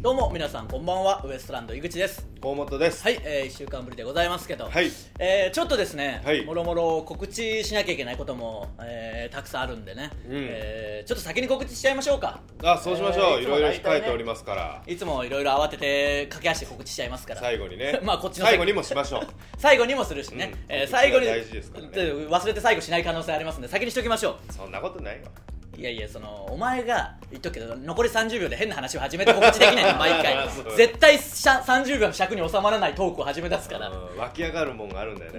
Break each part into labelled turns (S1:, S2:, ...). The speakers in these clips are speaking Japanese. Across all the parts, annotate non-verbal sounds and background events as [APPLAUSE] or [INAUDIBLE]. S1: どうも皆さんこんばんはウエストランド井口です
S2: 河本です
S1: はい、え1週間ぶりでございますけど、
S2: はい
S1: えーちょっとですね、
S2: はい
S1: もろもろ告知しなきゃいけないことも、えーたくさんあるんでね、
S2: うん
S1: えーちょっと先に告知しちゃいましょうか
S2: あそうしましょう、
S1: えー
S2: いろいろ
S1: つも
S2: 控えておりますから、
S1: いつもいろいろ慌てて駆け足で告知しちゃいますから
S2: 最後にね
S1: [LAUGHS] まあこっちの
S2: 最後にもしましょう
S1: [LAUGHS] 最後にもするしね、
S2: うん
S1: えー
S2: 告知は
S1: 最後に
S2: 大事ですからね
S1: 忘れて最後しない可能性ありますんで先にしときましょう
S2: そんなことないわ
S1: いやいやそのお前が言っとくけど残り30秒で変な話を始めて告知できないの毎回
S2: [LAUGHS] そう
S1: 絶対しゃ30秒の尺に収まらないトークを始め出すから
S2: うん湧き上がるもんがあるん
S1: [LAUGHS]
S2: だよね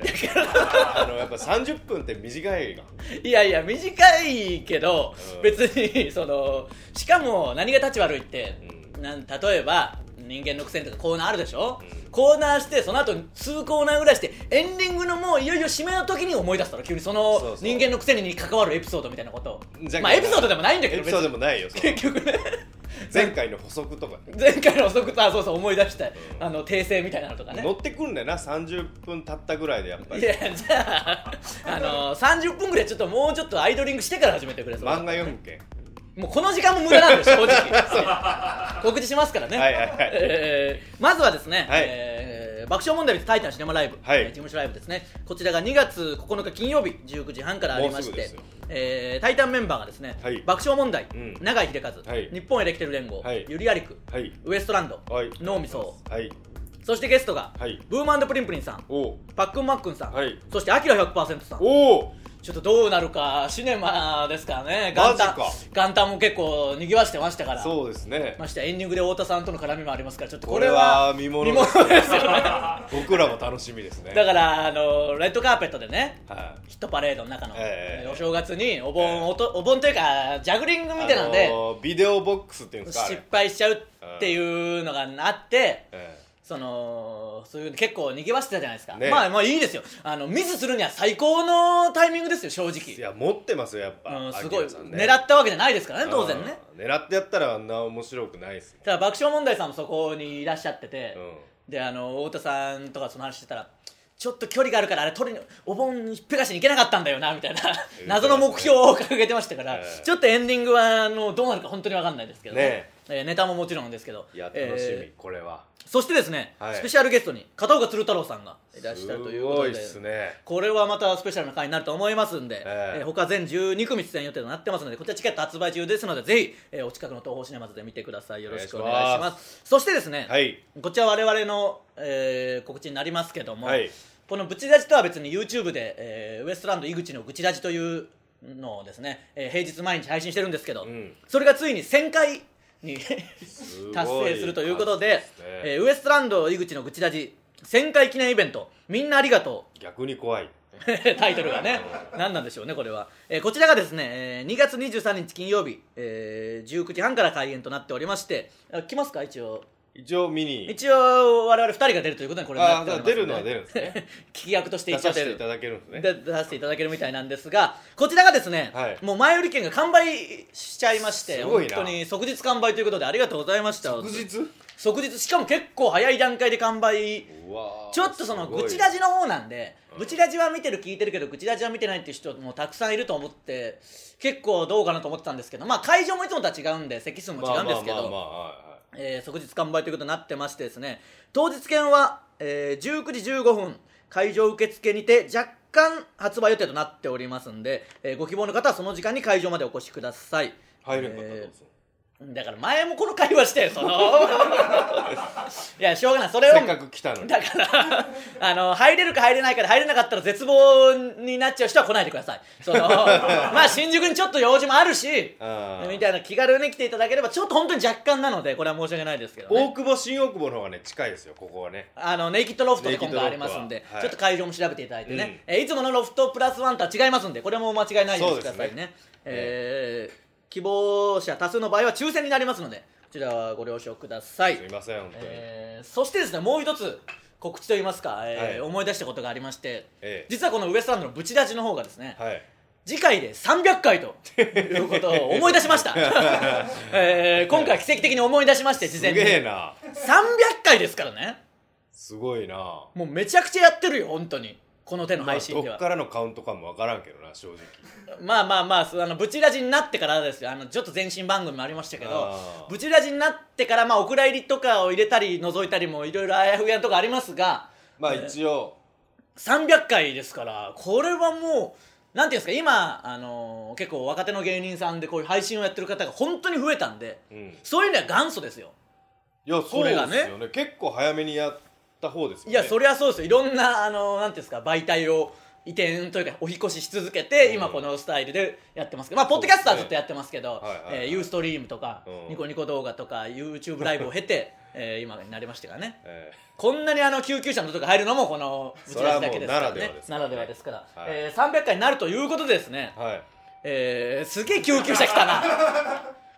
S2: あのやっぱ30分って短いが
S1: いやいや短いけど
S2: うん
S1: 別に [LAUGHS] そのしかも何が立ち悪いって
S2: う
S1: なん例えば人間の苦戦とかコーナーあるでしょ
S2: うん
S1: コーナーしてその後2コーナーぐらいしてエンディングのもういよいよ締めの時に思い出すから急にそ
S2: そう
S1: の
S2: そう
S1: 人間のくせに関わるエピソードみたいなことを
S2: じゃ
S1: まあエピソードでもないんだけ
S2: エ
S1: ど
S2: ピ
S1: 別
S2: ソード
S1: に
S2: でもないよその
S1: 結局ね
S2: [LAUGHS] 前回の補足とか、
S1: 前回の遅くあそうそう思い出した、
S2: うん
S1: あの訂正みたいなのとかね
S2: 乗ってくんだよな30分経ったぐらいでやっぱ
S1: い
S2: り
S1: やじゃああの30分ぐらいちょっともうちょっとアイドリングしてから始めてくれそれ
S2: 漫画読むけん
S1: [LAUGHS] もうこの時間も無駄なん
S2: [LAUGHS]
S1: です正直告知しますからね、
S2: はいはいはい
S1: えーまずはですね、
S2: はい
S1: えー爆笑問題 with タイタンシネマライブ、
S2: はい
S1: えー事務所ライブですねこちらが2月9日金曜日19時半からありまし
S2: もうすぐで
S1: て
S2: すよ
S1: えータイタンメンバーがですね、
S2: はい
S1: 爆笑問題、
S2: うん
S1: 永井秀和、
S2: はい
S1: 日本エレキテル連合、
S2: はい
S1: ゆりやりく
S2: はい
S1: ウエストランド、
S2: はい
S1: 脳みそ
S2: はい
S1: そしてゲストが、
S2: はい
S1: ブーマンプリンプリンさん
S2: おう
S1: パックンマックンさん、
S2: はい
S1: そしてアキラ100%さん
S2: おお
S1: ちょっとどうなるかシネマですからね
S2: マ
S1: 元
S2: ジか
S1: 旦元旦も結構賑わしてましたから
S2: そうですね
S1: ましてやエンディングで太田さんとの絡みもありますからちょっとこ
S2: こ
S1: れ
S2: れ
S1: は
S2: は見もの
S1: 見
S2: です
S1: ものです
S2: [LAUGHS]
S1: よね
S2: 僕らも楽しみですね
S1: だからあのレッドカーペットでね
S2: はい
S1: ヒットパレードの中の、
S2: ええ
S1: お正月にお盆、おとお盆というかジャグリングみたいなので、
S2: あのービデオボックスっていうんですかあれ
S1: 失敗しちゃうっていうのがあって、
S2: ええ
S1: そのそういうの結構にぎわしてたじゃないですか、
S2: ね
S1: まあまあいいですよあのミスするには最高のタイミングですよ正
S2: い
S1: 直、
S2: や持ってますよやっぱ、
S1: うん、すごい、
S2: アキラさんね
S1: 狙ったわけじゃないですからね当然ね
S2: うん狙ってやったらあんな面白くないですね
S1: ただ爆笑問題さんもそこにいらっしゃってて、
S2: う
S1: であの太田さんとかその話してたらちょっと距離があるからあれ取りにお盆に引っぺがしに行けなかったんだよなみた
S2: [LAUGHS]
S1: いな謎の目標を掲げてましたから、
S2: ええ
S1: ちょっとエンディングはあのどうなるか本当に分かんないですけどね
S2: ね
S1: えーネタももちろんですけど
S2: んいや楽しみ、
S1: え
S2: これは
S1: ーそしてですね、
S2: はい
S1: スペシャルゲストに片岡鶴太郎さんがいらっしゃるということで
S2: ごいっすね
S1: これはまたスペシャルな回になると思いますんで、
S2: え
S1: え
S2: え
S1: ー他全12組出演予定となってますのでこちらチケット発売中ですのでぜひ、えーお近くの東宝シネマズで見てくださいよろしくお願いします
S2: お願いしま
S1: そしてですね、
S2: はい
S1: こちら我々の、えー告知になりますけども、
S2: はい
S1: この「ブチラジ」とは別に YouTube で、えーウエストランド井口の「ブチラジ」というのをですね、えー平日毎日配信してるんですけど、
S2: うん
S1: それがついに1000回に [LAUGHS]
S2: すごい
S1: 達成するということで
S2: 達成ですね
S1: えーウエストランド井口の「ブチラジ」1000回記念イベント「みんなありがとう」
S2: 逆に怖い
S1: [LAUGHS] タイトルがね何なんでしょうねこれは、えーこちらがですね、えー2月23日金曜日、えー19時半から開演となっておりましてあ来ますか一応
S2: 一応見に
S1: 一応我々2人が出るということにこれにな
S2: あ
S1: っ
S2: あ
S1: ております
S2: 出るのは出るんですね
S1: 聞き役として [LAUGHS]
S2: 出
S1: 一応出
S2: させてい
S1: る
S2: ただけるんですね
S1: で出させていただけるみたいなんですがこちらがですね、
S2: はい
S1: もう前売り券が完売しちゃいまして
S2: すご
S1: 本
S2: いな
S1: 当に即日完売ということでありがとうございました
S2: 翌日
S1: 即日しかも結構早い段階で完売
S2: うわー
S1: ちょっとその
S2: すごい
S1: ぐちラジの方なんで、
S2: うん
S1: ぐちラジは見てる聞いてるけどぐちラジは見てないっていう人もたくさんいると思って結構どうかなと思ってたんですけどまあ会場もいつもとは違うんで席数も違うんですけ
S2: まあま
S1: ど
S2: あまあまあはいはい
S1: えー即日完売ということになってましてですね当日券は、えー19時15分会場受付にて若干発売予定となっておりますんで、えーご希望の方はその時間に会場までお越しください
S2: 入れんかったら
S1: え
S2: ど
S1: ー
S2: うする
S1: だから前もこの会話してよそ
S2: [LAUGHS]
S1: のいやしょうがないそれを
S2: せっかく来たのに
S1: だからあの入れるか入れないかで入れなかったら絶望になっちゃう人は来ないでくださいそ
S2: [LAUGHS]
S1: のまあ新宿にちょっと用事もあるし
S2: あー
S1: みたいな気軽に来ていただければちょっと本当に若干なのでこれは申し訳ないですけど、ね
S2: 大、久保新大久保の方がね近いですよここはね
S1: あのネイキッドロフトで今
S2: ネイキッ
S1: 回
S2: ド
S1: あ
S2: ロ
S1: り
S2: フト
S1: ま
S2: は
S1: すんで、
S2: はい
S1: ちょっと会場も調べていただいてね、えーいつものロフトプラスワンとは違いますんでこれもお間違いないようにしてください
S2: そう
S1: ね
S2: です
S1: えー希望者多数の場合は抽選になりますのでこちらはご了承ください
S2: すみません本当にえ
S1: えーそしてですねもう一つ告知といいますか、えー
S2: はい
S1: 思い出したことがありまして、
S2: え
S1: 実はこのウエストランドのブチラジの方がですね、
S2: はい
S1: 次回で300回ということ
S2: [LAUGHS]
S1: を思い出しました、えー今回奇跡的に思い出しまして事
S2: す
S1: 前
S2: げ
S1: に
S2: え
S1: 300
S2: な
S1: 回ですからね
S2: すごいな
S1: もうめちゃくちゃやってるよ本当にこの手の
S2: まあ
S1: 配信で
S2: ど
S1: は
S2: っ、からのカウントかもわからんけどな正直
S1: まあまあまあそうあのブチラジになってからですよあのちょっと前身番組もありましたけど
S2: あー
S1: ブチラジになってからまあお蔵入りとかを入れたり除いたりもいろいろあやふやなとかありますが
S2: まあ一応
S1: 300回ですからこれはもうなんていうんですか今あのー結構若手の芸人さんでこういう配信をやってる方が本当に増えたんで
S2: うんい
S1: そういうのは元祖ですよ
S2: やそうですよ
S1: これ
S2: ね結構早めにやった方ですよ
S1: い
S2: ね
S1: やそりゃそうですよいろんなあのなんていうんですか媒体を移転というかお引越しし続けて、
S2: うん
S1: 今このスタイルでやってますけどまあポッドキャストは
S2: そうですね
S1: ずっとやってますけど
S2: はいはいはい
S1: えーユーストリームとか、
S2: うん
S1: ニコニコ動画とか YouTube ライブを経て、えー今になりましたからね
S2: ええ
S1: こんなにあの救急車のとか入るのもこのうちらだけですから
S2: それはもう
S1: ねな
S2: な
S1: ら
S2: ら
S1: で
S2: で
S1: は
S2: は
S1: で
S2: ですす
S1: か
S2: からら、はい
S1: えー300回になるということでですね、
S2: はい
S1: えーすげえ救急車来たな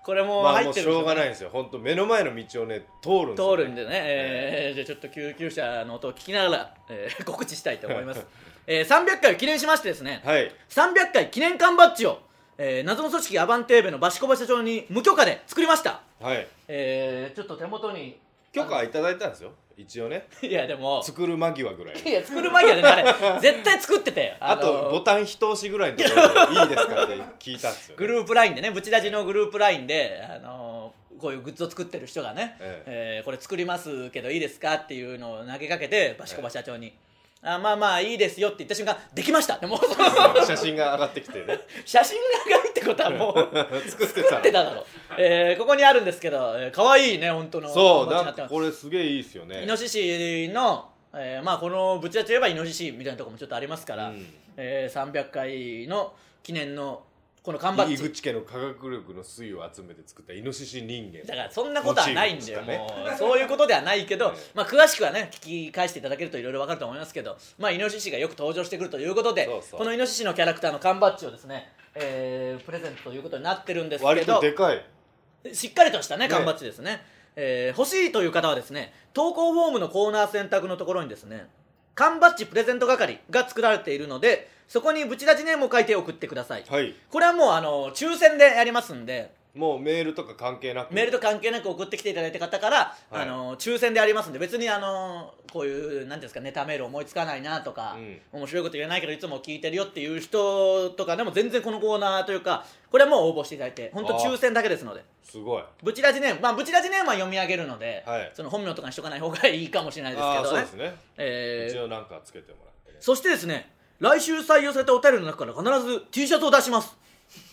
S1: これもう
S2: まあ
S1: 入
S2: も
S1: っ
S2: う
S1: て
S2: し
S1: るでしょ
S2: ょう
S1: うね
S2: がないんですよ本当目の前の道をね通るんですよ
S1: 通るんでね、えーじゃあちょっと救急車の音を聞きながら、えー告知したいと思います、えー300回を記念しましてですね、
S2: はい
S1: 300回記念缶バッジを、えー謎の組織アバンテーベのバシコバ社長に無許可で作りました、
S2: はい
S1: えーちょっと手元に
S2: 許可いただいたんですよ一応ね
S1: いやでも
S2: 作る間際ぐらい
S1: いや作る前やでねあれ絶対作ってて
S2: あ
S1: の
S2: とボタン一押しぐらいのところでいいですかって聞いたんですよ、
S1: グ
S2: ね、
S1: ループラインでねブチラジのグループラインで、あのーこういうグッズを作ってる人がね、
S2: え
S1: えーこれ作りますけどいいですかっていうのを投げかけてバシコバ社長に「あまあまあいいですよ」って言った瞬間「できました」で
S2: [LAUGHS]
S1: もうその
S2: 写真が上がってきてね
S1: 写真が上がるってことはもう
S2: [LAUGHS] 作って
S1: 作
S2: た
S1: ってただろう、えーここにあるんですけど、えー、かわいいね本当の
S2: そう
S1: お餅
S2: な
S1: にっ
S2: ん
S1: て
S2: か
S1: ます
S2: これすげえいいですよね
S1: イノシシの、えーまあこのブチラジといえばイノシシみたいなところもちょっとありますから、
S2: うん
S1: えー300回の記念のこの缶バッ
S2: 井
S1: ジ
S2: 口家の科学力の粋を集めて作ったイノシシ人間
S1: だからそんなことはないんだよ、
S2: モチーフにし
S1: もうそういうことではないけど、
S2: ええ
S1: まあ、詳しくはね聞き返していただけるといろいろわかると思いますけど、まあ、イノシシがよく登場してくるということで
S2: そうそう
S1: このイノシシのキャラクターの缶バッジをですね、えープレゼントということになってるんですけ
S2: 割
S1: ど
S2: とでかい
S1: しっかりとしたね
S2: ね
S1: 缶バッジですね、えー欲しいという方はですね投稿フォームのコーナー選択のところにですね缶バッジプレゼント係が作られているのでそこにブチラジネームを書いて送ってください、
S2: はい
S1: これはもうあの抽選でやりますんで
S2: もうメールとか関係なく
S1: メールと関係なく送ってきていただいた方から、あの抽選でありますんで別にあのこういうなんていうんですかネタメール思いつかないなとか、面白いこと言えないけどいつも聞いてるよっていう人とかでも全然このコーナーというかこれはもう応募していただいて本当
S2: あー
S1: 抽選だけですのです
S2: ごい
S1: ブチラジネームまあブチラジネームは読み上げるので、
S2: はい
S1: その本名とかにしとかない方がいいかもしれないです
S2: ああ
S1: け
S2: ー
S1: ど
S2: そう
S1: ね
S2: ですね、
S1: えー
S2: 一応なんかつけてもらってね
S1: そしてですね来週採用されたお便りの中から必ず T シャツを出します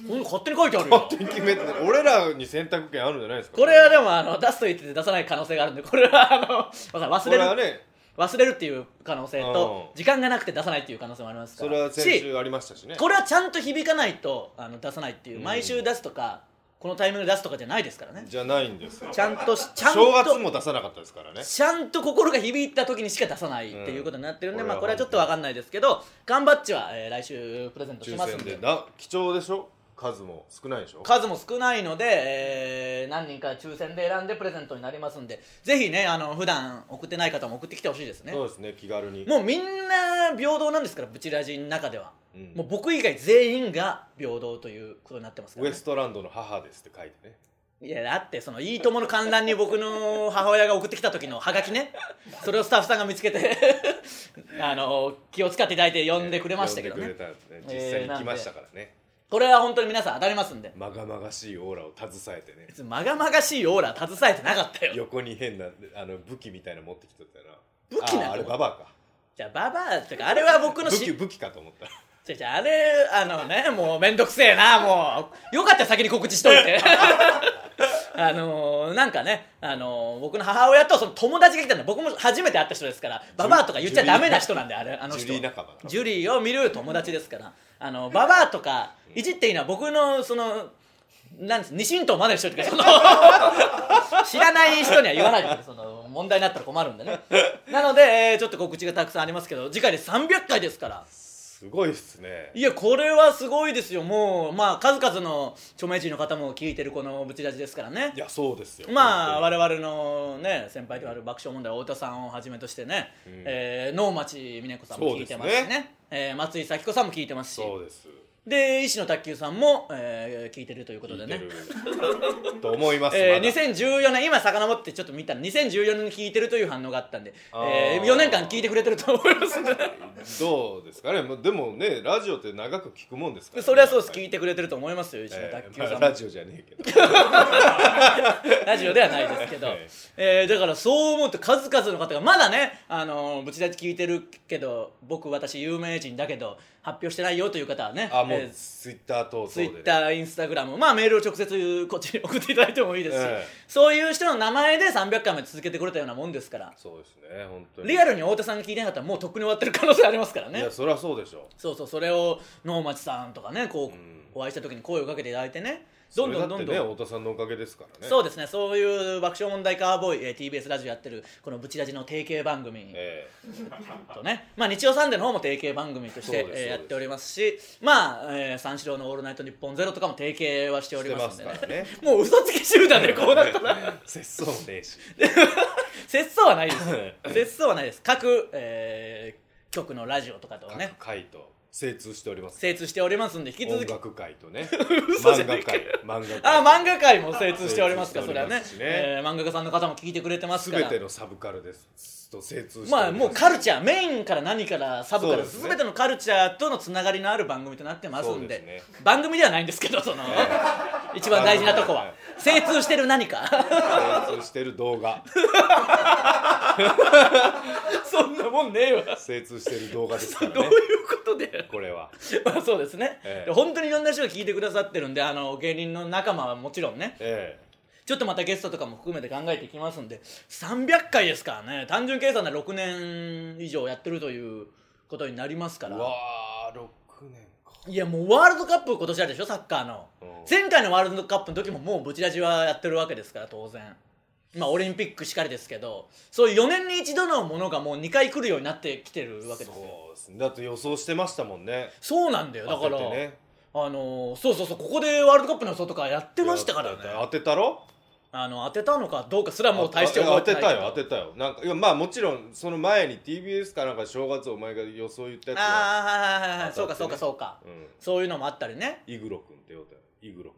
S1: ほんと勝手に書いてあるよ
S2: 勝手に決
S1: [LAUGHS]
S2: めて俺らに選択権あるんじゃないですか
S1: これはでもあの出すと言ってて出さない可能性があるんでこれはあのわかんない忘
S2: こ
S1: れ
S2: れ
S1: る
S2: はね
S1: 忘れるっていう可能性と
S2: うん
S1: 時間がなくて出さないっていう可能性もありますか
S2: そ
S1: ら
S2: れは先
S1: し
S2: 週ありましたしね
S1: これはちゃんと響かないとあの出さないっていう
S2: うん
S1: 毎週出すとかこのタイミングで出すとかじゃないですからね
S2: じゃないんですよ
S1: ちゃんとしちゃん
S2: 正
S1: と
S2: 月も出さなかったですからね
S1: ちゃんと心が響いた時にしか出さないっていうことになってるんで、
S2: うん
S1: まあこれはちょっとわかんないですけど缶バッジは、えー来週プレゼントし
S2: 抽
S1: ますん
S2: 選
S1: で
S2: でな貴重でしょ数も少ないでしょ
S1: 数も少ないので、えー何人か抽選で選んでプレゼントになりますんでぜひねあの普段送ってない方も送ってきてほしいですね
S2: そうですね気軽に
S1: もうみんな平等なんですからブチラジの中では、
S2: うん
S1: もう僕以外全員が平等ということになってますか
S2: ウ
S1: ら、
S2: エ
S1: ね
S2: ス、トランドの母ですって書いてね
S1: いやだってその「いいとも!」の観覧に僕の母親が送ってきた時のハガキ
S2: [LAUGHS]
S1: ねそれをスタッフさんが見つけて [LAUGHS] あの気を使っていただいて呼んでくれましたけど
S2: 呼
S1: ね
S2: んでくれたんですね実際に来ましたからね
S1: これは本当に皆さん当たりますんで
S2: まがまがしいオーラを携えてね
S1: 別にまがまがしいオーラ携えてなかったよ
S2: 横に変なあの武器みたいなの持ってきとったよ
S1: 武
S2: な
S1: 器なの
S2: あーあれババ
S1: じゃあババアってかあれは僕
S2: ア
S1: の
S2: か武
S1: 知
S2: 器武器かと思ったら
S1: じゃじゃあれあのねもうめんどくせえなもうよかったら先に告知しとい
S2: [LAUGHS]
S1: てあのー、なんかね、あのー、僕の母親とその友達が来たんで僕も初めて会った人ですからババアとか言っちゃダメな人なんであれあの人
S2: ジュリー仲間だ
S1: ジュリーを見る友達ですからあのババアとかいじっていいのは僕のそのなんです二神党までの人とか
S2: [LAUGHS]
S1: その知らない人には言わないでくださいその問題になったら困るんでねなので、えーちょっと告知がたくさんありますけど次回で300回ですから
S2: すごいっすね
S1: いやこれはすごいですよもうまあ数々の著名人の方も聞いてるこのブチラジですからね
S2: いやそうですよ
S1: まあ
S2: 本
S1: 我々のね先輩である爆笑問題太田さんをはじめとしてね、えー能町みね子さんも聞いてますし
S2: そうです
S1: ねえー松井咲子さんも聞いてますし
S2: 当にそうです
S1: で医師の卓球さんも、えー聞いてるということで
S2: 聞い
S1: ね
S2: てると思います、
S1: えー
S2: まだ
S1: 2014年今遡ってちょっと見たら2014年聞いてるという反応があったんで、
S2: あー
S1: え4年間聞いてくれてると思いますん [LAUGHS] で
S2: どうですかねもうでもねラジオって長く聞くもんですから、ね、
S1: それはそうです
S2: やっぱり
S1: 聞いてくれてると思いますよ医師の
S2: え
S1: 卓
S2: ー
S1: 球さん
S2: ま
S1: も
S2: あ、ラジオじゃねえけど
S1: ラジオではないですけど、
S2: はい
S1: えーだからそう思うと数々の方がまだね、あのー、ぶち立ち聞いてるけど僕私有名人だけど発表してないよという方はね
S2: あもう
S1: [LAUGHS] えー
S2: ツイッター等々
S1: ツ
S2: で
S1: イ
S2: ね、
S1: ッター、インスタグラム、まあメールを直接こっちに [LAUGHS] 送っていただいてもいいですし、
S2: ええ
S1: そういう人の名前で300回まで続けてくれたようなもんですから、
S2: そうですね本当に
S1: リアルに太田さんが聞いてなかったらもうとっくに終わってる可能性ありますから
S2: い
S1: ね
S2: や。そりゃそうでしょ
S1: そうそう、それを能町さんとかね、こう、
S2: ん
S1: お会いした時に声をかけていただいてね、どんどんどんど
S2: それ
S1: ん
S2: だってね太田さんのおかげですからね
S1: そううですねそういう爆笑問題カーボーイ、えー TBS ラジオやってるこのブチラジの提携番組
S2: え
S1: とね、まあ、日曜サンデーの方も提携番組とし
S2: そ
S1: て
S2: う、です
S1: えー
S2: そうです
S1: やっておりますしまあ、えー三四郎の「オールナイトニッポンゼロとかも提携はしておりますんで
S2: してます
S1: ね
S2: からね
S1: もう嘘つき集
S2: [LAUGHS]
S1: 団でこうなったら
S2: え節操もねえし
S1: 節操はないです節操はないです各、えー局のラジオとかとね
S2: 各回と精通しております
S1: 精通しておりますんで引き続
S2: 音
S1: き
S2: 楽界とね
S1: 嘘じゃ
S2: 漫
S1: ね
S2: 画
S1: え
S2: 界漫画界
S1: あ漫画界も精通しておりますか
S2: 精
S1: そ
S2: 通し
S1: れ
S2: てお
S1: は
S2: りま
S1: ね
S2: すしね
S1: えー漫画家さんの方も聞いてくれてますから
S2: 全てのサブカルですと精通してお
S1: まあ
S2: りす
S1: もうカルチャーメインから何からサブから
S2: そうですね
S1: 全てのカルチャーとのつながりのある番組となってますんで
S2: そうです
S1: 番組ではないんですけどその、一番大事なとこは
S2: はい
S1: 精通してる何か
S2: 精通してる動画
S1: [LAUGHS] そんなもんねえわ
S2: 精通してる動画ですから
S1: [LAUGHS] どういう
S2: ね
S1: ことで [LAUGHS]
S2: これは
S1: まあそうですね、
S2: ええ
S1: で本当にいろんな人が聞いてくださってるんであの芸人の仲間はもちろんね
S2: え
S1: ちょっとまたゲストとかも含めて考えていきますんで300回ですからね単純計算で6年以上やってるということになりますか
S2: え
S1: ら
S2: うわー6年か
S1: いやもうワールドカップ今年あるでしょサッカーの
S2: うん
S1: 前回のワールドカップの時ももうブチラジはやってるわけですから当然まあオリンピックしかりですけどそういう4年に一度のものがもう2回来るようになってきてるわけですよ
S2: そうですねだって予想してましたもんね
S1: そうなんだよだから、
S2: 当ててね
S1: あのーそうそうそうここでワールドカップの予想とかやってましたからね
S2: いや当てたろ
S1: あの当てたのかどうかすらもう大して
S2: あいや
S1: 覚
S2: 当
S1: えて
S2: て
S1: ない
S2: たよ当てたよなんかいやまあもちろんその前に TBS かなんか正月お前が予想言ったやつは
S1: ああはいはいはいはい
S2: 当
S1: そうか
S2: たってね
S1: そうかそうか、
S2: うん
S1: そういうのもあったりね
S2: イグロ君って呼んだよイグロ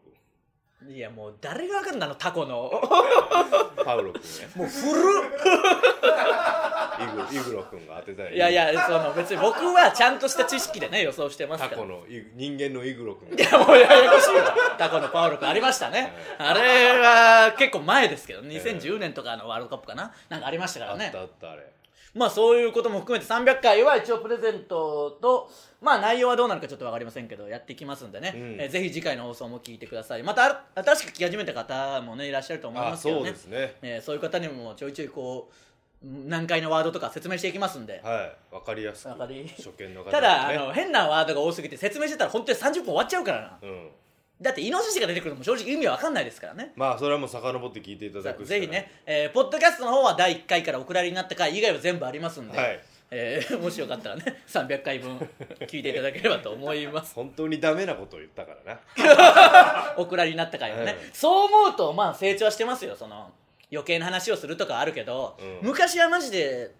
S1: いやもう誰が分かんだのタコの
S2: 君パウロ君ね
S1: [LAUGHS] もう古っ
S2: イグイグロ君が当てたよ
S1: いやいや、その別に僕はちゃんとした知識でね、予想してます
S2: タ
S1: から。
S2: コのイグ人間のイグロ君
S1: いや、もうややこしいわ。タコのパウロ君ありましたね。あれは結構前ですけど、2010年とかのワールドカップかな。なんかありましたか
S2: あ
S1: ら
S2: っ
S1: ね
S2: た。あったあれ
S1: まあそういうことも含めて300回は一応プレゼントと、まあ内容はどうなるかちょっとわかりませんけど、やっていきますんでね。
S2: うん
S1: えーぜひ次回の放送も聞いてください。またあ新しく聞き始めた方もね、いらっしゃると思い
S2: あ
S1: ますけ
S2: そ
S1: ど
S2: う
S1: ね
S2: で。すね
S1: えーそういう方にもちょいちょいこう、難解のワードとか説明していきますんで。
S2: はいわかりやすく
S1: わかり
S2: 初見の方
S1: ただ、
S2: ね
S1: あの変なワードが多すぎて説明してたら本当に30分終わっちゃうからな
S2: うん
S1: だってイノシシが出てくるのも正直意味わかんないですからね
S2: まあそれはもう遡って聞いていただくしかな
S1: ぜ
S2: い
S1: ひね、えーポッドキャストの方は第1回からお蔵入りになった回以外は全部ありますんで、
S2: はい
S1: えー [LAUGHS] もしよかったらね300回分聞いていただければと思いま
S2: [LAUGHS]
S1: す
S2: 本当にダメなことを言ったからな
S1: お蔵入りになった回はね、
S2: う
S1: そう思うとまあ成長はしてますよその余計な話をするとかあるけど、
S2: うん
S1: 昔はマジで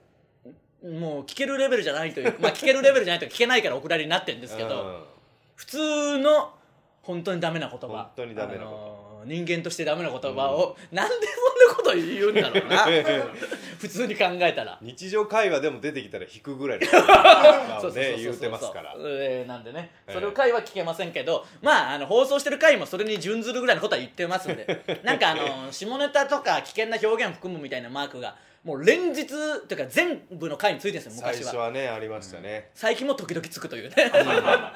S1: もう聞けるレベルじゃないというまあ聞けるレベルじゃないというか聞けないからお蔵入りになってるんですけど、
S2: うん
S1: 普通の本当にダメな言葉
S2: 本当にダメな
S1: あ
S2: こと
S1: のー人間としてダメな言葉を、なんでそんなこと言うんだろう
S2: [LAUGHS]
S1: な普通に考えたら
S2: 日常会話でも出てきたら引くぐらいの
S1: [LAUGHS] そう
S2: まあ
S1: そうそう
S2: ね
S1: そう
S2: 言うてますから
S1: えーなんでね
S2: ええ
S1: それを回は聞けませんけど、まああの放送してる回もそれに準ずるぐらいのことは言ってますん
S2: [LAUGHS]
S1: でなんかあの下ネタとか危険な表現を含むみたいなマークがもう連日というか全部の回についてるんですよ
S2: 最
S1: 昔
S2: 初
S1: は
S2: はねありましたね
S1: 最近も時々つくというね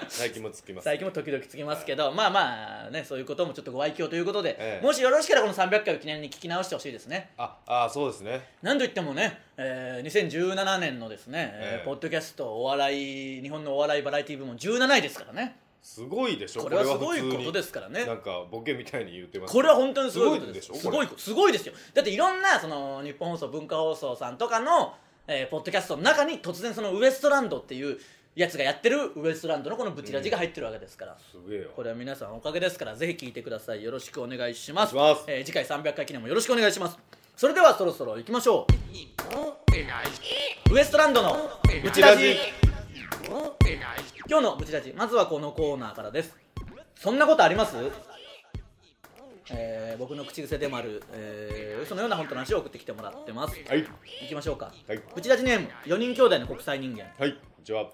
S2: 最近もつきます
S1: 最近も時々つきますけど、まあまあねそういうこともちょっとご愛嬌ということで、
S2: ええ
S1: もしよろしければこの300回を記念に聞き直してほしいですね
S2: ああそうですね
S1: なんといってもね、えー2017年のですね、えー
S2: ええ
S1: ポッドキャストお笑い日本のお笑いバラエティ部門17位ですからね
S2: すごいでしょ
S1: これはすごい
S2: 普通
S1: こ
S2: に
S1: とですからね
S2: なんかボケみたいに言ってます
S1: これは本当にすごいことです
S2: す
S1: す
S2: ご
S1: ご
S2: い
S1: い
S2: んでしょ
S1: すごいですよだっていろんなその日本放送文化放送さんとかの、えーポッドキャストの中に突然そのウエストランドっていうやつがやってるウエストランドのこのブチラジが入ってるわけですから、
S2: これすげえよ
S1: これは皆さんおかげですからぜひ聞いてくださいよろしくお願いします
S2: お願いします
S1: えー次回300回記念もよろしくお願いしますそれではそろそろ行きましょうウエストランドのブチラジ
S2: ブチ
S3: お
S2: ラジ
S3: 願いし
S1: 今日のブチラジまずはこのコーナーからですそんなことありますえー僕の口癖でもある、えー、そのような本当の話を送ってきてもらってます
S2: はいはい
S1: いきましょうか
S2: はい
S1: ブチラジネーム4人兄弟の国際人間
S2: こんにちは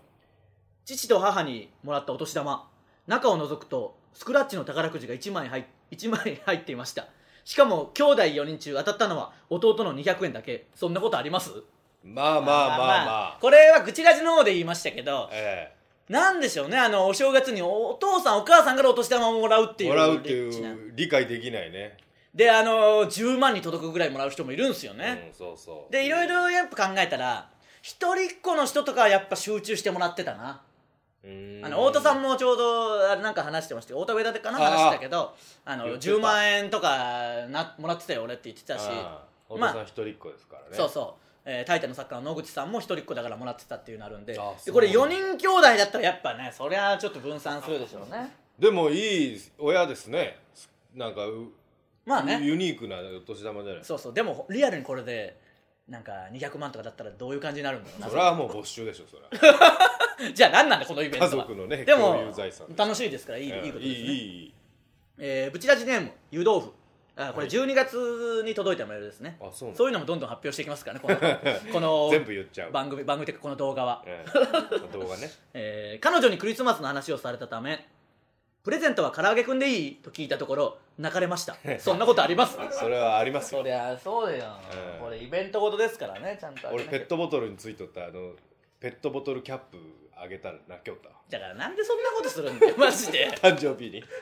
S1: 父と母にもらったお年玉中を覗くとスクラッチの宝くじが1枚入っ1枚入っていましたしかも兄弟4人中当たったのは弟の200円だけそんなことあります
S2: まあまあまあまあ、
S1: これは愚痴ラジの方で言いましたけど
S2: え
S1: なんでしょうねあのお正月にお父さんお母さんからお年玉をもらうって
S2: え
S1: いう
S2: もらうって
S1: 立地ない
S2: 理解できないね
S1: であの10万に届くぐらいもらう人もいるんですよね、
S2: うん、そうそう
S1: でいろいろやっぱ考えたら一人っ子の人とかはやっぱ集中してもらってたな
S2: うん
S1: あの太田さんもちょうどあれなんか話してましたけど太田上田でかな
S2: ああ
S1: 話したけどあの
S2: 言ってた
S1: 10万円とかなもらってたよ俺って言ってたし、
S2: ああ
S1: まあ
S2: 太田さん一人っ子ですからね、
S1: そうそう、えー、タイタンの作家の野口さんも一人っ子だからもらってたっていうのあるんで
S2: あ
S1: でこれ
S2: そう
S1: 4人兄弟だったらやっぱねそりゃちょっと分散するでしょうね
S2: でもいい親ですねなんかう
S1: まあね
S2: ユニークなお年玉じゃないそ
S1: そうそうでもリアルにこれでなんか200万とかだったらどういう感じになるんだろうな
S2: れはもう没収でしょそれは
S1: [LAUGHS] じゃあ何なんだこのイベント
S2: 家
S1: は
S2: 族のね
S1: でも
S2: 共有財産です
S1: 楽しいですからいい,、
S2: うん
S1: いいことですね
S2: いいいい
S1: えーブチラジネーム湯豆腐あこれ
S2: はい
S1: 12月に届いたメールですね、
S2: あそうなんだ
S1: そういうのもどんどん発表していきますからね
S2: [LAUGHS]
S1: このこ
S2: 全部
S1: の
S2: 言っちゃう、
S1: 番組番組というかこの動画は、
S2: ええ動画ね
S1: えー彼女にクリスマスの話をされたためプレゼントは唐揚げくんでいいと聞いたところ泣かれましたそんなことあります
S2: それはあります
S1: [LAUGHS]
S2: よ
S1: そりゃそうだよ、
S2: うん
S1: これイベントごとですからねちゃんとあげ
S2: 俺
S1: なきゃ
S2: ペットボトルについとったあのペットボトルキャップあげたら泣きよったわ
S1: だからなんでそんなことするんだよ [LAUGHS] マジで
S2: 誕生
S1: [LAUGHS]
S2: 日に、
S1: だか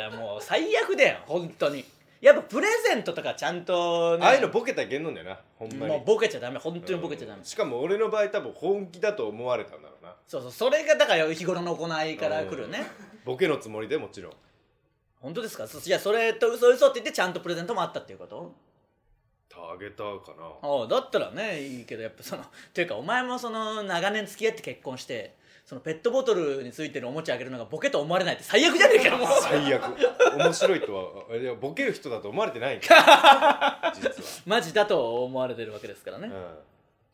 S1: らもう最悪だよ本当にやっぱプレゼントとかちゃんと、ね、
S2: ああいうのボケたらいけんのんだよなほんまに
S1: もうボケちゃダメ本当にボケちゃダメ、
S2: うんしかも俺の場合多分本気だと思われたんだろうな
S1: そうそうそれがだから日頃の行いから来るね、
S2: ボケのつもりでもちろん
S1: 本当ですかそいやそれと嘘嘘って言ってちゃんとプレゼントもあったっていうこと
S2: あげたかな
S1: [LAUGHS] ああだったらねいいけどやっぱその [LAUGHS] ていうかお前もその長年付き合って結婚してそのペットボトルについてるおもちゃあげるのがボケと思われないって最悪じゃねえかよもう
S2: 最悪面白いとはいやボケる人だと思われてないん
S1: [LAUGHS]
S2: だ実
S1: マジだと思われてるわけですからね、
S2: は、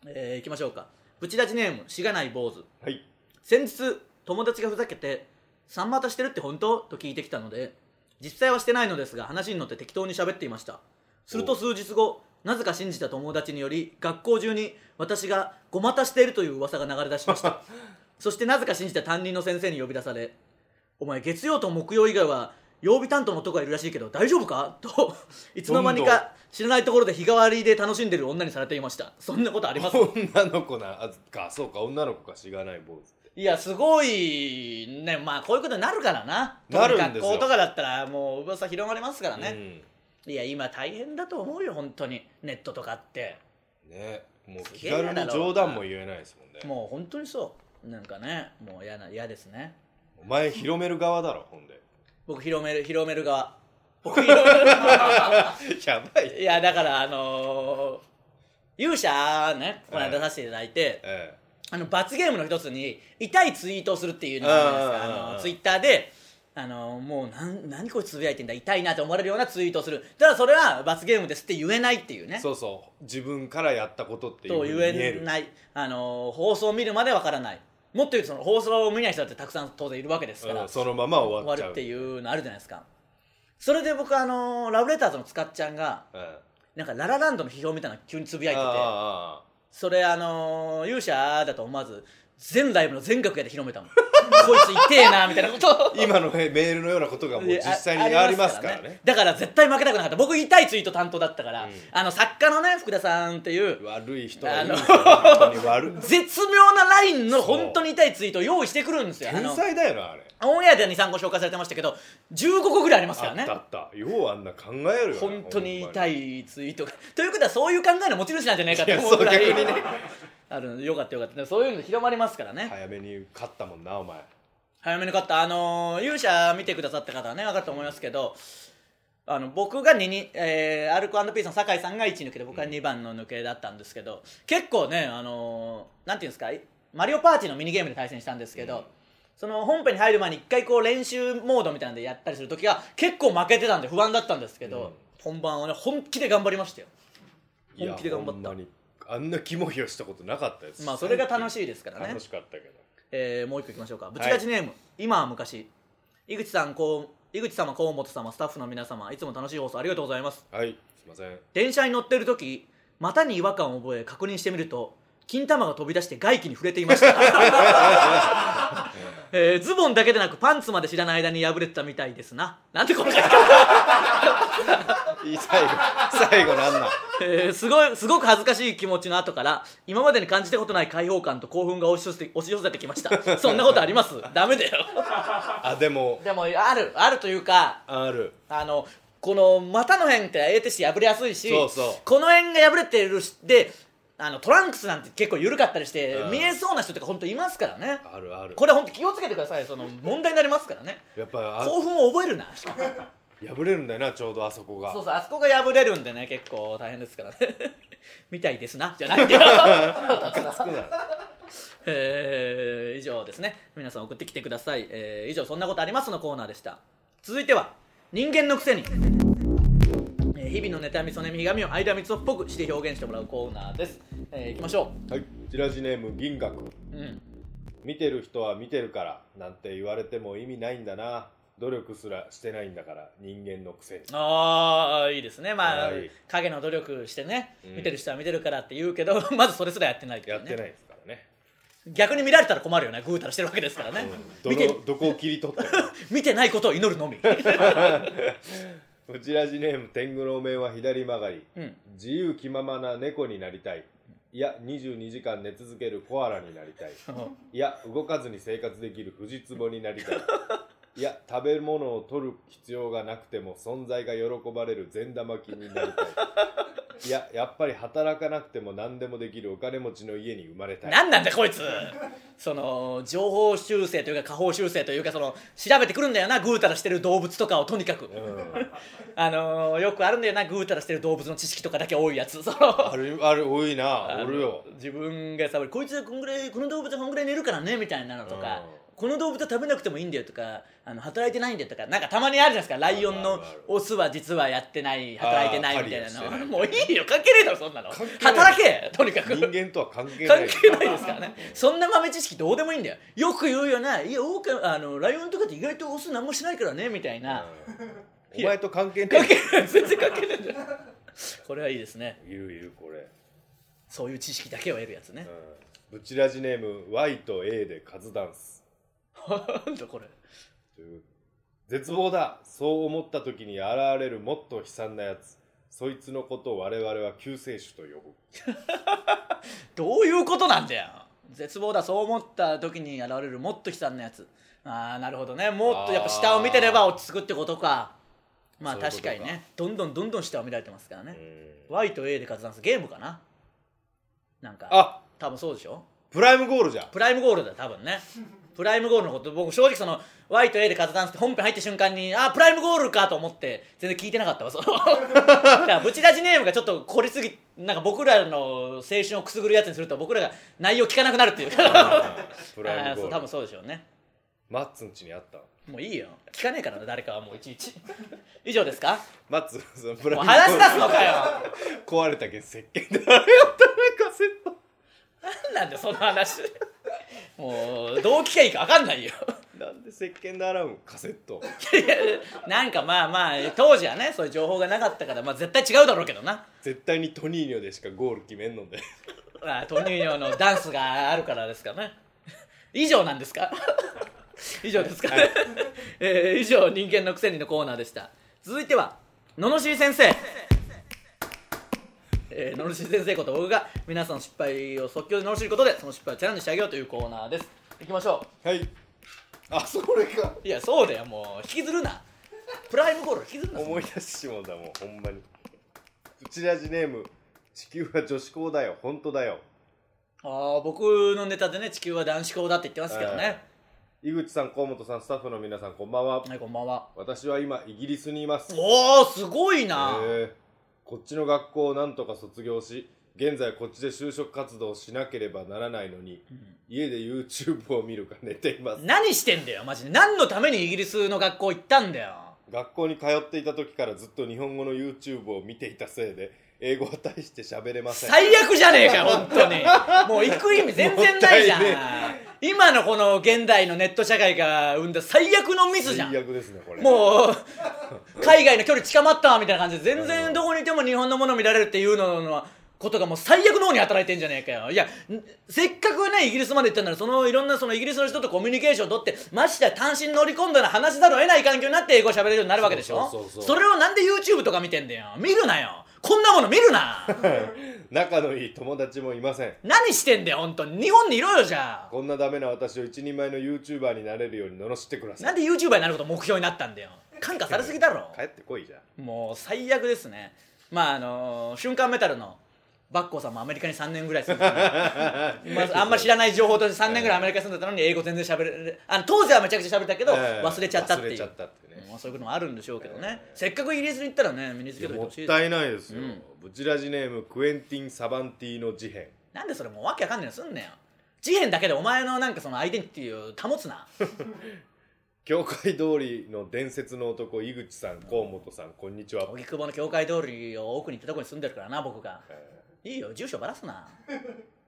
S1: えー、いきましょうかブチラジネームしがない坊主
S2: うん、はい
S1: 先日友達がふざけて「三股してるって本当?」と聞いてきたので実際はしてないのですが話に乗って適当に喋っていましたすると数日後なぜか信じた友達により学校中に私がごまたしているという噂が流れ出しました [LAUGHS] そしてなぜか信じた担任の先生に呼び出され「お前月曜と木曜以外は曜日担当の男がいるらしいけど大丈夫か?」といつの間に
S2: どんど
S1: か知らないところで日替わりで楽しんでる女にされていましたそんなことあります
S2: 女の子なあかそうか女の子かしがない坊主って
S1: いやすごいねまあこういうことになるからな
S2: なるんです
S1: 特に
S2: よ
S1: 学校とかだったらもう噂広まりますからね、
S2: ね,、
S1: いや今大変だと思うよ本当にネットとかって
S2: うん、ねもう
S1: すげ
S2: 気
S1: え嫌
S2: 軽
S1: だろう
S2: に冗談も言えないですもんね
S1: もう本当にそうなんかねもう嫌な嫌ですね
S2: お前広める側だろほんで
S1: 僕広める広める側僕広める側
S2: やばい
S1: い [LAUGHS] やだからあのー勇者ねこの間出させていただいて、
S2: え
S1: あの罰ゲームの一つに痛いツイートをするっていうのがあるじゃないです
S2: うんう
S1: か
S2: んうん
S1: あ
S2: うん
S1: のツイッターであのもうなん何これつぶやいてんだ痛いなって思われるようなツイートをするただそれは罰ゲームですって言えないっていう
S2: え
S1: ね
S2: そうそう自分からやったことっていう
S1: と
S2: ふうに
S1: 言
S2: 見え
S1: え
S2: る
S1: ないあの放送を見るまでわからないもっと言うとその放送を見ない人だってたくさん当然いるわけですから、
S2: うんそのまま終
S1: 終
S2: わ
S1: わ
S2: っちゃう
S1: るっていうのあるじゃないですかそれで僕あのラブレターズの塚っちゃんが
S2: うん、あ
S1: なんかララランドの批評みたいなの急につぶやいてて
S2: ああ
S1: それあのー、勇者だと思わず全ライブの全楽屋で広めたもん [LAUGHS] こいつ痛えなみたいなこと
S2: あ今のねメールのようなことがもう実際に
S1: あ
S2: ありますからね
S1: だから絶対負けたくなかった僕痛いツイート担当だったから、
S2: うん
S1: あの作家のね福田さんっていう
S2: 悪い人がいるんですよ本当に
S1: [LAUGHS]
S2: 悪い
S1: 絶妙なラインの
S2: そう
S1: 本当に痛いツイートを用意してくるんですよあ
S2: 天
S1: の
S2: 才だよなあれ
S1: オンエアでは23個紹介されてましたけど15個ぐらいありますか
S2: あ
S1: ら
S2: ったあ
S1: ね
S2: ったようあんな考えるよ
S1: 本当に痛
S2: い
S1: いツイートがということはそういう考えの持ち主なんじゃないかって思うぐらい
S2: いやそう逆にね
S1: あるよかったよかったでもそういうの広まりますからね、
S2: 早めに勝ったもんなお前
S1: 早めに勝ったあのー勇者見てくださった方はね分かると思いますけどあの僕が2に、えー、アルコピースの酒井さんが1抜けで僕は2番の抜けだったんですけど、結構ね、あのーなんていうんですかマリオパーティーのミニゲームで対戦したんですけど、
S2: うん
S1: その本編に入る前に1回こう練習モードみたいなんでやったりする時は結構負けてたんで不安だったんですけど、本番をね本気で頑張りましたよ本気で頑張った
S2: いやほんまにあんな肝冷やしたことなかったです
S1: まあそれが楽しいですからね
S2: 楽しかったけど
S1: えーもう一個いきましょうかぶちがちネーム、今は昔井口さんこう井口様河本様スタッフの皆様いつも楽しい放送ありがとうございます
S2: はいすいません
S1: 電車に乗ってる時股に違和感を覚え確認してみると金玉が飛び出して外気に触れていました、えーズボンだけでなくパンツまで知らない間に破れてたみたいですななんてこの書き方
S2: いい最後最後なんなん [LAUGHS]
S1: えーすごいすごく恥ずかしい気持ちの後から今までに感じたことない解放感と興奮が押し寄せて押し寄せてきましたそんなことありますダメだよ
S2: あでも
S1: でもあるあるというか
S2: ある
S1: あのこの股の辺ってええてし破れやすいし
S2: そうそう
S1: この辺が破れてるしであのトランクスなんて結構緩かったりして、
S2: うん
S1: 見えそうな人とか本当いますからね
S2: あるある
S1: これ本当気をつけてくださいその問題になりますからね
S2: やっぱあ
S1: 興奮を覚えるな
S2: 破れるんだよなちょうどあそこが
S1: そうそうあそこが破れるんでね結構大変ですからね [LAUGHS] みたいですなじゃないんだよ
S2: つくな
S1: えー以上ですね皆さん送ってきてください、えー以上「そんなことあります」のコーナーでした続いては人間のくせに、えー日々の妬みそねみひがみを間みつをっぽくして表現してもらうコーナーです、えー、いきましょ
S2: はいチラシネーム銀閣
S1: う、うん、
S2: 見てる人は見てるからなんて言われても意味ないんだな努力すらしてないんだから人間のくせに
S1: ああいいですねまあ、
S2: はい
S1: 影の努力してね
S2: うん
S1: 見てる人は見てるからって言うけど、 [LAUGHS] まずそれすらやってないってい
S2: や
S1: う
S2: っ
S1: ね
S2: てないですからね
S1: 逆に見られたら困るよねぐうたらしてるわけですからね、
S2: ど
S1: 見て
S2: のどこを切り取っても
S1: 見てないことを祈る
S2: [LAUGHS]
S1: のみ、
S2: うちらじネーム天狗のお面は左曲がり
S1: うん、
S2: 自由気ままな猫になりたいいや22時間寝続けるコアラになりたいいや動かずに生活できる藤壺になり
S1: [LAUGHS]
S2: たいいや食べ物を取る必要がなくても存在が喜ばれる善玉菌になりた
S1: [LAUGHS]
S2: いいややっぱり働かなくても何でもできるお金持ちの家に生まれたい
S1: 何なんだこいつその情報修正というか下方修正というかその調べてくるんだよなぐうたらしてる動物とかをとにかく、 [LAUGHS]
S2: うん
S1: あのーよくあるんだよなぐうたらしてる動物の知識とかだけ多いやつその
S2: あるある多いなおるよ
S1: 自分がさこいつはこんぐらいこの動物はこんぐらい寝るからねみたいなのとか、
S2: う
S1: この動物は食べなくてもいいんだよとかあの働いてないんだよとかなんかたまにあるじゃないですかライオン
S2: あ
S1: の
S2: るある
S1: オスは実はやってない働いてないみたい
S2: あー狩りをし
S1: な
S2: てな
S1: の
S2: い
S1: もういいよ関係ねえだろそんなの
S2: 係ない
S1: 働けとにかく
S2: 人間とは関係な
S1: 関
S2: い
S1: 係ないですからねそんな豆知識どうでもいいんだよよく言うよないやオオカあのライオンとかって意外とオス何もしないからねみたいな、
S2: うんお前と関係な
S1: 関
S2: い
S1: 係ない全然関係ないんだよこれはいいですね
S2: いるいるこれ、
S1: そういう知識だけを得るやつね
S2: う、ん、ブチラジネーム Y と A でカズダンス
S1: なんだこれ
S2: という絶望だそう思った時に現れるもっと悲惨なやつそいつのことを我々は救世主と呼ぶ
S1: どういうことなんだよ絶望だそう思った時に現れるもっと悲惨なやつああなるほどねもっとやっぱ下を見てれば落ち着くってことかまあ
S2: そういうこ
S1: 確
S2: とか
S1: かにねどんどんどんどん下を見られてますからね、Y と A で活断すゲームかななんか
S2: あ
S1: 多分そうでしょ
S2: プライムゴールじゃ
S1: プライムゴールだよ多分ねプライムゴールのこと僕正直その Y と A で活断して本編入った瞬間にあープライムゴールかと思って全然聞いてなかったわその [LAUGHS] だからブチラジネームがちょっと凝りすぎなんか僕らの青春をくすぐるやつにすると僕らが内容聞かなくなるって
S2: [LAUGHS]
S1: いう
S2: プライ
S1: あー
S2: ム
S1: そ
S2: ゴ
S1: う多
S2: ー
S1: 分
S2: ル
S1: そうでしょうね
S2: マッツンちにあった
S1: もういいよ聞かねえからな誰かはもういちい
S2: [LAUGHS]
S1: ち以上ですか
S2: マッツンそのプライ
S1: もう
S2: ムゴ
S1: 話し出す
S2: ー
S1: のかよ
S2: ル壊れたけん石鹸であれやったなカセット
S1: 何なんだよその話もうどう聞けばいいか分かんないよ
S2: [LAUGHS] なんで石鹸で洗うんカセット
S1: いや [LAUGHS] なんかまあまあ当時はねそういう情報がなかったから、まあ、絶対違うだろうけどな
S2: 絶対にトニーニョでしかゴール決めんので
S1: まあ、トニーニョのダンスがあるからですかね [LAUGHS] 以上なんですか [LAUGHS] 以上ですかね、 [LAUGHS] えー以上人間のくせにのコーナーでした続いては罵り先生えー、罵り先生こと僕が皆さんの失敗を即興で罵ることでその失敗をチャレンジしてあげようというコーナーですいきましょ
S2: はいあそれか
S1: ういやそうだよもう引きずるなプライムゴール引きずるな
S2: 思い出してしもうたもうほんまにブチラジネーム地球は女子校だよ本当だよ
S1: ああ僕のネタでね地球は男子校だって言ってますけどね、
S2: 井口さん河本さんスタッフの皆さんこんばんは、
S1: はいこんばんは
S2: 私は今イギリスにいます
S1: おおすごいな、
S2: えーこっちの学校をなんとか卒業し現在こっちで就職活動をしなければならないのに、家で YouTube を見るか寝ています
S1: 何してんだよマジで何のためにイギリスの学校行ったんだよ
S2: 学校に通っていた時からずっと日本語の YouTube を見ていたせいで英語は大して喋れません
S1: 最悪じゃねえか
S2: [LAUGHS]
S1: よ本当にもう行く意味全然ないじゃん
S2: もったいね
S1: 今のこの現代のネット社会が生んだ最悪のミスじゃん
S2: 最悪ですねこれ
S1: もう海外の距離近まったみたいな感じで全然どこにいても日本のもの見られるっていうののことがもう最悪の方に働いてんじゃねえかよいやんせっかくねイギリスまで行ったんならそのいろんなそのイギリスの人とコミュニケーションを取ってましてや単身乗り込んだら話しざるを得ない環境になって英語を喋れるようになるわけでしょ
S2: そうそうそうそう
S1: それをなんで YouTube とか見てんだよ見るなよこんなもの見るな
S2: 仲のいい友達もいません
S1: 何してんだよ本当に日本にいろよじゃあ
S2: こんなダメな私を一人前の YouTuber になれるように罵ってくださ
S1: ないんで YouTuber になることを目標になったんだよ感化されすぎだろ
S2: 帰ってこいじゃん
S1: もう最悪ですねまああの瞬間メタルのバッコーさんもアメリカに3年ぐらい住んで
S2: [LAUGHS]
S1: たまあ、あんま知らない情報として3年ぐらいアメリカに住んでたのに英語全然喋れるあの当時はめちゃくちゃ喋れたけど
S2: ええ
S1: 忘れちゃったって
S2: 忘
S1: い
S2: れ
S1: う
S2: ちゃったってね
S1: まあ、そういうこともあるんでしょうけどね、せっかくイギリスに行ったらね身につ
S2: い
S1: け
S2: や
S1: といて
S2: も
S1: ほしい
S2: っ
S1: です
S2: たいないですよ、
S1: うん
S2: ブチラジネームクエンティン・サバンティの事変
S1: なんでそれもうわけわかんないのすんねよ事変だけでお前のなんかそのアイデンティティを保つな
S2: 教会通りの伝説の男井口さん河本さんこんにちは
S1: 荻窪の教会通りを奥に行ったとこに住んでるからな僕がいいよ住所ばらすな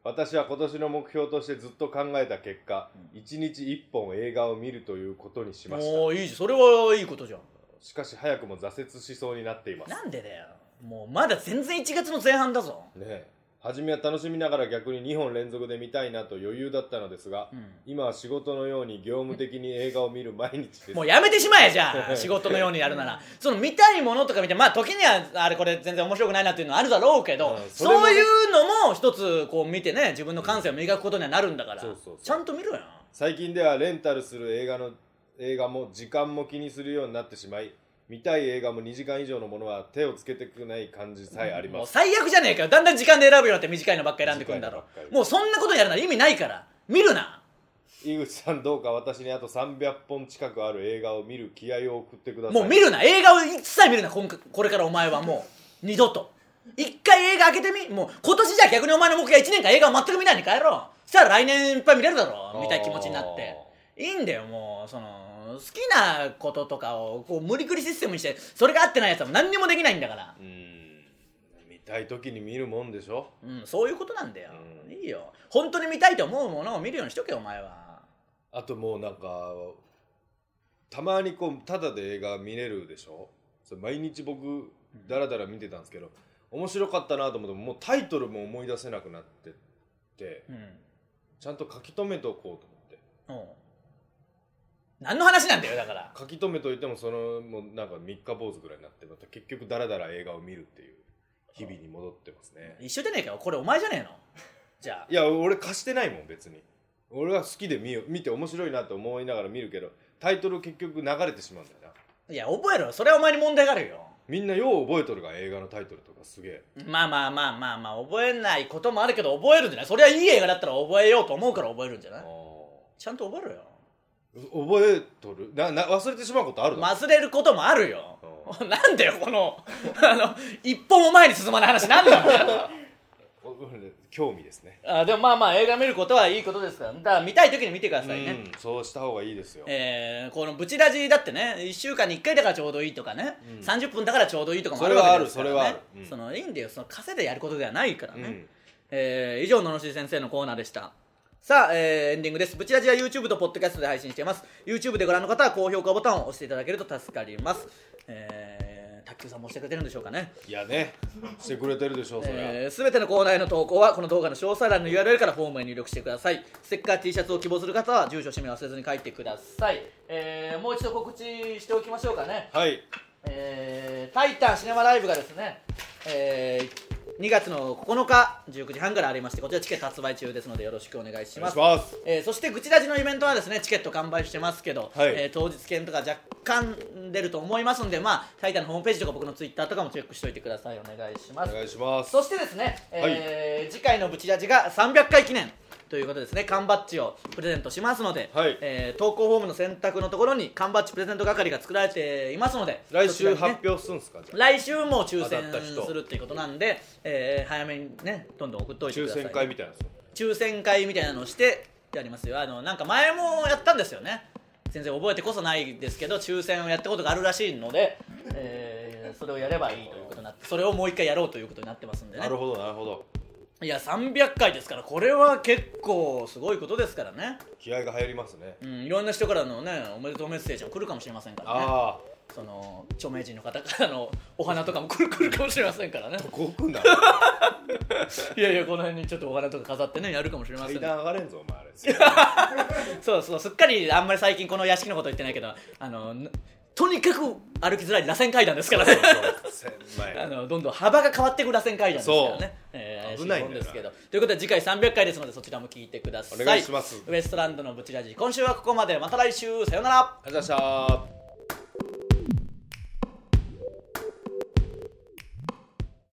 S2: 私は今年の目標としてずっと考えた結果、一日1本映画を見るということにしまし
S1: もういいじゃんそれはいいことじゃん
S2: たしかし早くも挫折しそうになっていますね
S1: なんでだよもうまだ全然1月の前半だぞ
S2: え初めは楽しみながら逆に2本連続で見たいなと余裕だったのですが、
S1: ん
S2: 今は仕事のように業務的に映画を見る毎日です
S1: もうやめてしまえじゃ
S2: [LAUGHS]
S1: あ仕事のようにやるならその見たいものとか見てまあ時にはあれこれ全然面白くないなっていうのはあるだろうけど、
S2: うんそれも
S1: そう
S2: ね
S1: いうのも一つこう見てね自分の感性を磨くことにはなるんだから、
S2: そうそうそう
S1: ちゃんと見ろよ
S2: 最近ではレンタルする映画の映画も時間も気にするようになってしまい見たい映画も2時間以上のものは手をつけてくない感じさえあり
S1: も
S2: ま
S1: う
S2: す、
S1: 最悪じゃねえかよだんだん時間で選ぶようになって短いのばっか選んでくんだろ
S2: 短いのばっかり
S1: もうそんなことやるなら意味ないから見るな
S2: 井口さんどうか私にあと300本近くある映画を見る気合を送ってください
S1: もう見るな映画を一切見るなこんかこれからお前はもう二度と一回映画開けてみもう今年じゃ逆にお前の目標は1年間映画を全く見ないに帰ろうしたら来年いっぱい見れるだろうみたいな気持ちになっていいんだよもうその好きなこととかをこう無理くりシステムにしてそれが合ってないやつはもう何にもできないんだから
S2: うーん見たい時に見るもんでしょ
S1: うんそういうことなんだよ
S2: うん
S1: いいよ本当に見たいと思うものを見るようにしとけお前は
S2: あともうなんかたまにこうタダで映画見れるでしょそれ毎日僕ダラダラ見てたんですけど面白かったなと思ってももうタイトルも思い出せなくなってって
S1: うん
S2: ちゃんと書き留めとこうと思って
S1: うん何の話なんだよだから
S2: 書き留めといてもそのもうなんか三日坊主ぐらいになってまた結局ダラダラ映画を見るっていう日々に戻ってますね
S1: 一緒じゃねえかよこれお前じゃねえのじゃあ
S2: いや俺貸してないもん別に俺は好きで見よ見て面白いなと思いながら見るけどタイトル結局流れてしまうんだよない
S1: や覚えろよそれはお前に問題があるよ
S2: みんなよう覚えとるが映画のタイトルとかすげえ
S1: まあまあまあまあまあ覚えないこともあるけど覚えるんじゃないそりゃいい映画だったら覚えようと思うから覚えるんじゃないちゃんと覚えろよ
S2: 覚えとるなな忘れてしまうことあるだろ
S1: 忘れることもあるよなんだよこの [LAUGHS] あの一歩も前に進まない話なんなんだよ
S2: お俺興味ですね
S1: [LAUGHS] あでもまあまあ映画見ることはいいことですからだから見たい時に見てくださいね、
S2: うんそうした方がいいですよ
S1: えーこのブチラジだってね1週間に1回だからちょうどいいとかね、
S2: うん
S1: 30分だからちょうどいいとかもあるわけですから、ね、
S2: それはあるそれはあるうん
S1: そのいいんだよその稼いでやることではないから
S2: う
S1: ね、
S2: ん
S1: えー以上ののし先生のコーナーでしたさあ、えーエンディングですブチラジは YouTube とポッドキャストで配信しています YouTube でご覧の方は高評価ボタンを押していただけると助かりますえー卓球さんもしてくれてるんでしょうかね
S2: いやねしてくれてるでしょそりゃ
S1: えーすべ、てのコーナーへの投稿はこの動画の詳細欄の URL からフォームへ入力してくださいステッカー T シャツを希望する方は住所氏名を忘れずに書いてください、えーもう一度告知しておきましょうかね
S2: はい
S1: えータイタンシネマライブがですね、えー2月の9日19時半からありましてこちらチケット発売中ですのでよろしくお願いし
S2: お願
S1: ま
S2: い
S1: す
S2: します
S1: えーそしてぐちラジのイベントはですねチケット完売してますけど、
S2: はい
S1: えー当日券とか若干出ると思いますんでまあタイタンのホームページとか僕のツイッターとかもチェックしておいてくださいお願いしま
S2: お
S1: す
S2: 願いします
S1: そしてですね、えー次回のブチラジが300回記念ということですね缶バッジをプレゼントしますので、
S2: はい
S1: えー投稿フォームの選択のところに缶バッジプレゼント係が作られていますので
S2: 来
S1: そちらに
S2: 週
S1: ね
S2: 発表すんすかじゃあ
S1: 来週も抽選
S2: 当たった人
S1: するっていうことなんで、えー早めにねどんどん送っといてく
S2: 抽
S1: ださい
S2: 選会みたいなやつ
S1: 抽選会みたいなのをしてやりますよあのなんか前もやったんですよね全然覚えてこそないですけど抽選をやったことがあるらしいので、えーそそれをやればいいということになってそれをもう一回やろうということになってますんでね
S2: なるほどなるほど
S1: いや300回ですからこれは結構すごいことですからね、
S2: 気合が入りますね
S1: うん、いろんな人からのねおめでとうメッセージも来るかもしれませんからね
S2: あ
S1: その著名人の方からのお花とかも来る来 [LAUGHS] るかもしれません
S2: [LAUGHS]
S1: からね
S2: あどこ置
S1: [LAUGHS]
S2: くんだ
S1: いやいやこの辺にちょっとお花とか飾ってねやるかもしれません
S2: 階
S1: けど
S2: 段上がれんぞお前
S1: [LAUGHS]
S2: あれ
S1: そうそうすっかりあんまり最近この屋敷のこと言ってないけどあのなとにかく歩きづらい螺旋階段ですからね
S2: そうそう
S1: あ
S2: 狭い
S1: のどんどん幅が変わっていく螺旋階段ですから
S2: そう
S1: ね、えー、
S2: 危ないん
S1: んで
S2: だよな
S1: すけどということで次回300回ですのでそちらも聞いてください
S2: お願いします
S1: ウエストランドのブチラジ今週はここまでまた来週さようなら
S2: ありがとうございました